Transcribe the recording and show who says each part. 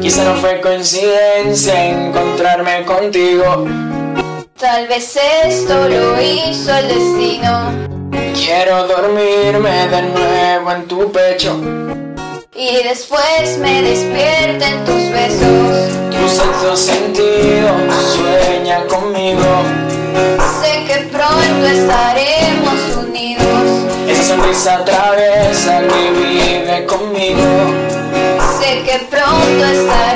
Speaker 1: Quizá no fue coincidencia encontrarme contigo.
Speaker 2: Tal vez esto lo hizo el destino
Speaker 1: Quiero dormirme de nuevo en tu pecho.
Speaker 2: y después me despierten tus besos.
Speaker 1: Tus sexto sentido sueña conmigo.
Speaker 2: Sé que pronto estaremos unidos.
Speaker 1: Esa sonrisa traviesa que vive conmigo.
Speaker 2: Sé que pronto estaremos